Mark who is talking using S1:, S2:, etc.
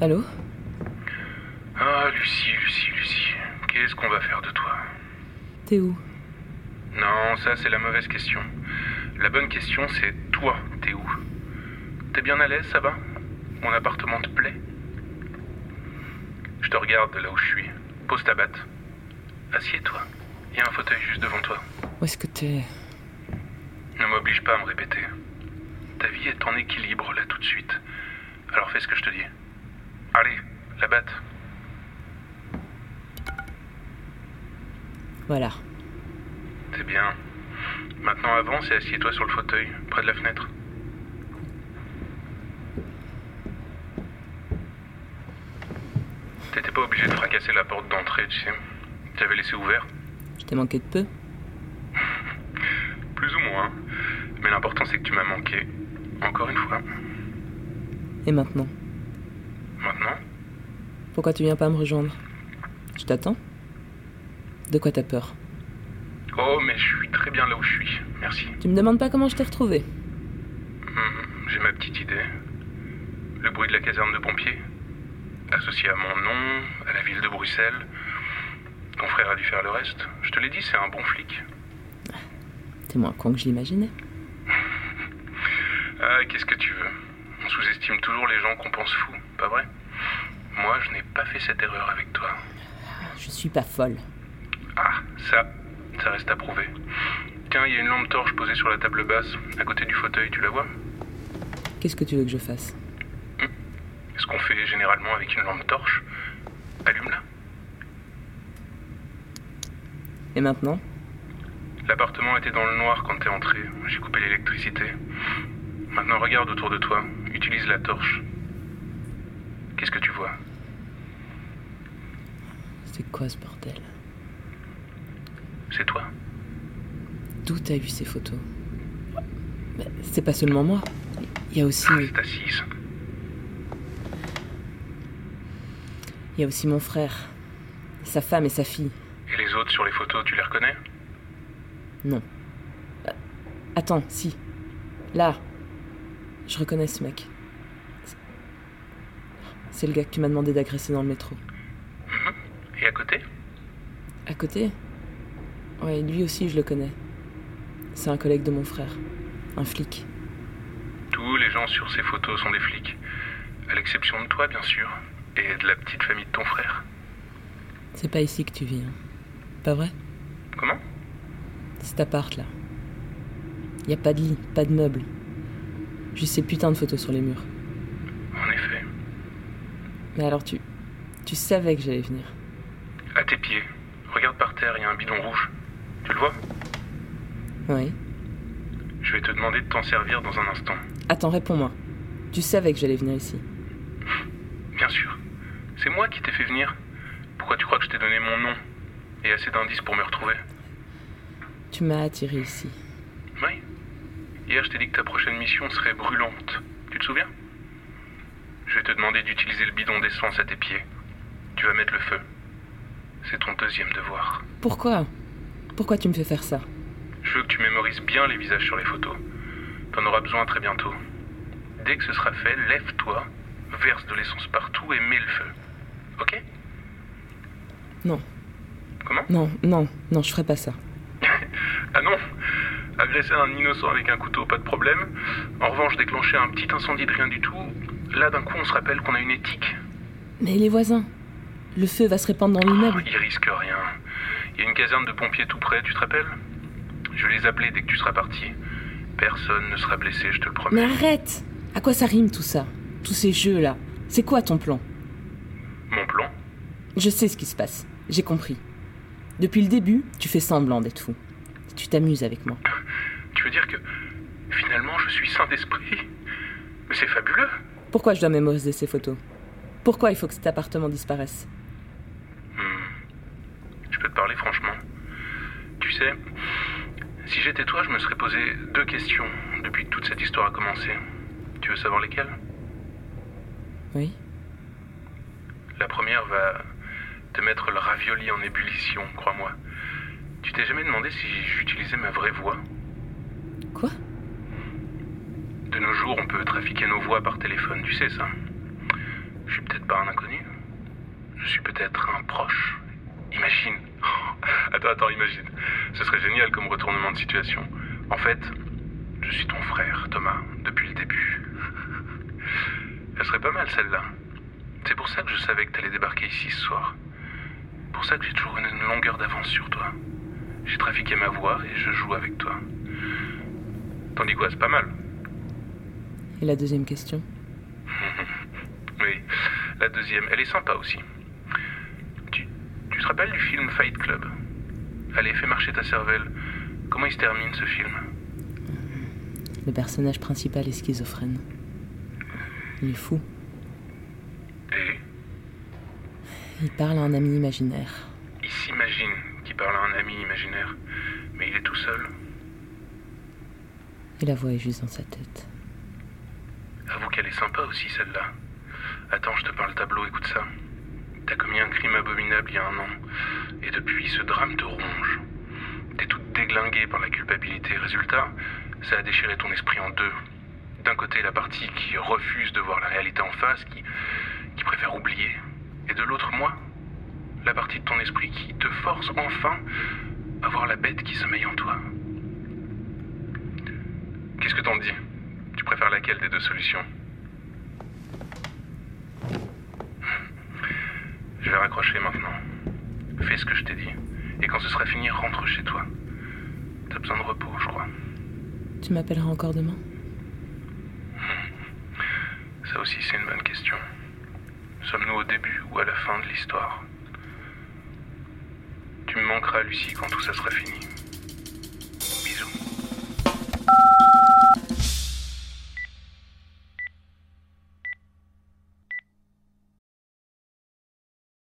S1: Allô
S2: Ah, Lucie, Lucie, Lucie, qu'est-ce qu'on va faire de toi
S1: T'es où
S2: Non, ça c'est la mauvaise question. La bonne question c'est toi, t'es où T'es bien à l'aise, ça va Mon appartement te plaît Je te regarde de là où je suis. Pose ta batte. Assieds-toi. Il y a un fauteuil juste devant toi.
S1: Où est-ce que t'es
S2: Ne m'oblige pas à me répéter. Ta vie est en équilibre là tout de suite. Alors fais ce que je te dis. Allez, la batte.
S1: Voilà.
S2: C'est Eh bien. Maintenant avance et assieds-toi sur le fauteuil, près de la fenêtre. T'étais pas obligé de fracasser la porte d'entrée, tu sais. T'avais laissé ouvert,
S1: Je t'ai manqué de peu
S2: plus ou moins. Mais l'important c'est que tu m'as manqué. Encore une fois.
S1: Et maintenant
S2: Maintenant,
S1: Pourquoi tu viens pas me rejoindre Je t'attends De quoi t'as peur
S2: Oh, mais je suis très bien là où je suis. Merci.
S1: Tu me demandes pas comment je t'ai retrouvé
S2: Hmm, J'ai ma petite idée. Le bruit de la caserne de pompiers, associé à mon nom, à la ville de Bruxelles. Ton frère a dû faire le reste. Je te l'ai dit, c'est un bon flic.
S1: T'es moins con que je l'imaginais.
S2: Ah, qu'est-ce que tu veux On sous-estime toujours les gens qu'on pense fous, pas vrai Moi, je n'ai pas fait cette erreur avec toi.
S1: Je suis pas folle.
S2: Ah, ça, ça reste à prouver. Tiens, il y a une lampe torche posée sur la table basse, à côté du fauteuil, tu la vois
S1: Qu'est-ce que tu veux que je fasse
S2: Ce qu'on fait généralement avec une lampe torche. Allume-la.
S1: Et maintenant
S2: L'appartement était dans le noir quand t'es entré. J'ai coupé l'électricité. Maintenant, regarde autour de toi. Utilise la torche. Qu'est-ce que tu vois
S1: C'est quoi ce bordel
S2: C'est toi.
S1: D'où t'as eu ces photos Bah, C'est pas seulement moi. Il y a aussi,
S2: Ah, c'est assise.
S1: il y a aussi mon frère, sa femme et sa fille.
S2: Et les autres sur les photos, tu les reconnais
S1: Non. Euh, Attends, si. Là, je reconnais ce mec. C'est- C'est le gars que tu m'as demandé d'agresser dans le métro.
S2: Et à côté
S1: À côté Ouais, lui aussi, je le connais. C'est un collègue de mon frère. Un flic.
S2: Tous les gens sur ces photos sont des flics. À l'exception de toi, bien sûr. Et de la petite famille de ton frère.
S1: C'est pas ici que tu vis, hein. Pas vrai
S2: Comment
S1: Cet appart, là. Y a pas de lit, pas de meubles. Juste ces putains de photos sur les murs.
S2: En effet.
S1: Mais alors tu... Tu savais que j'allais venir.
S2: À tes pieds. Regarde par terre, il y a un bidon rouge. Tu le vois
S1: Oui.
S2: Je vais te demander de t'en servir dans un instant.
S1: Attends, réponds-moi. Tu savais que j'allais venir ici.
S2: Bien sûr. C'est moi qui t'ai fait venir. Pourquoi tu crois que je t'ai donné mon nom Et assez d'indices pour me retrouver
S1: Tu m'as attiré ici.
S2: Oui. Hier, je t'ai dit que ta prochaine mission serait brûlante. Tu te souviens Je vais te demander d'utiliser le bidon d'essence à tes pieds. Tu vas mettre le feu. C'est ton deuxième devoir.
S1: Pourquoi Pourquoi tu me fais faire ça
S2: Je veux que tu mémorises bien les visages sur les photos. T'en auras besoin très bientôt. Dès que ce sera fait, lève-toi, verse de l'essence partout et mets le feu. Ok
S1: Non.
S2: Comment
S1: Non, non, non, je ferai pas ça.
S2: Ah non Agresser un innocent avec un couteau, pas de problème. En revanche, déclencher un petit incendie de rien du tout, là d'un coup on se rappelle qu'on a une éthique.
S1: Mais les voisins Le feu va se répandre dans
S2: Oh,
S1: l'immeuble.
S2: ils risquent rien. Il y a une caserne de pompiers tout près, tu te rappelles Je vais les appeler dès que tu seras parti. Personne ne sera blessé, je te le promets.
S1: Mais arrête À quoi ça rime tout ça Tous ces jeux-là C'est quoi ton plan
S2: Mon plan
S1: Je sais ce qui se passe. J'ai compris. Depuis le début, tu fais semblant d'être fou. Tu t'amuses avec moi.
S2: Tu veux dire que finalement je suis sain d'esprit Mais c'est fabuleux
S1: Pourquoi je dois mémoriser ces photos Pourquoi il faut que cet appartement disparaisse
S2: Je peux te parler franchement. Tu sais, si j'étais toi, je me serais posé deux questions depuis que toute cette histoire a commencé. Tu veux savoir lesquelles
S1: Oui
S2: La première va de mettre le ravioli en ébullition, crois-moi. Tu t'es jamais demandé si j'utilisais ma vraie voix
S1: Quoi
S2: De nos jours, on peut trafiquer nos voix par téléphone, tu sais ça. Je suis peut-être pas un inconnu. Je suis peut-être un proche. Imagine. Attends, attends, imagine. Ce serait génial comme retournement de situation. En fait, je suis ton frère, Thomas, depuis le début. Elle serait pas mal celle-là. C'est pour ça que je savais que t'allais débarquer ici ce soir. Pour ça que j'ai toujours une longueur d'avance sur toi. J'ai trafiqué ma voix et je joue avec toi. T'en dis quoi, c'est pas mal
S1: Et la deuxième question
S2: Oui. La deuxième, elle est sympa aussi. Tu, tu te rappelles du film Fight Club Allez, fais marcher ta cervelle. Comment il se termine ce film
S1: Le personnage principal est schizophrène. Il est fou.
S2: Et
S1: Il parle à un ami imaginaire.
S2: il s'imagine qu'il parle à un ami imaginaire, mais il est tout seul.
S1: Et la voix est juste dans sa tête.
S2: Avoue qu'elle est sympa aussi, celle-là. Attends, je te parle tableau, écoute ça. T'as commis un crime abominable il y a un an, et depuis, ce drame te ronge. T'es toute déglinguée par la culpabilité. Résultat, ça a déchiré ton esprit en deux. D'un côté, la partie qui refuse de voir la réalité en face, qui, qui préfère oublier, et de l'autre, moi, la partie de ton esprit qui te force enfin à voir la bête qui sommeille en toi. Qu'est-ce que t'en dis Tu préfères laquelle des deux solutions Je vais raccrocher maintenant. Fais ce que je t'ai dit. Et quand ce sera fini, rentre chez toi. T'as besoin de repos, je crois.
S1: Tu m'appelleras encore demain
S2: Ça aussi, c'est une bonne question. Sommes-nous au début ou à la fin de l'histoire Tu me manqueras, Lucie, quand tout ça sera fini.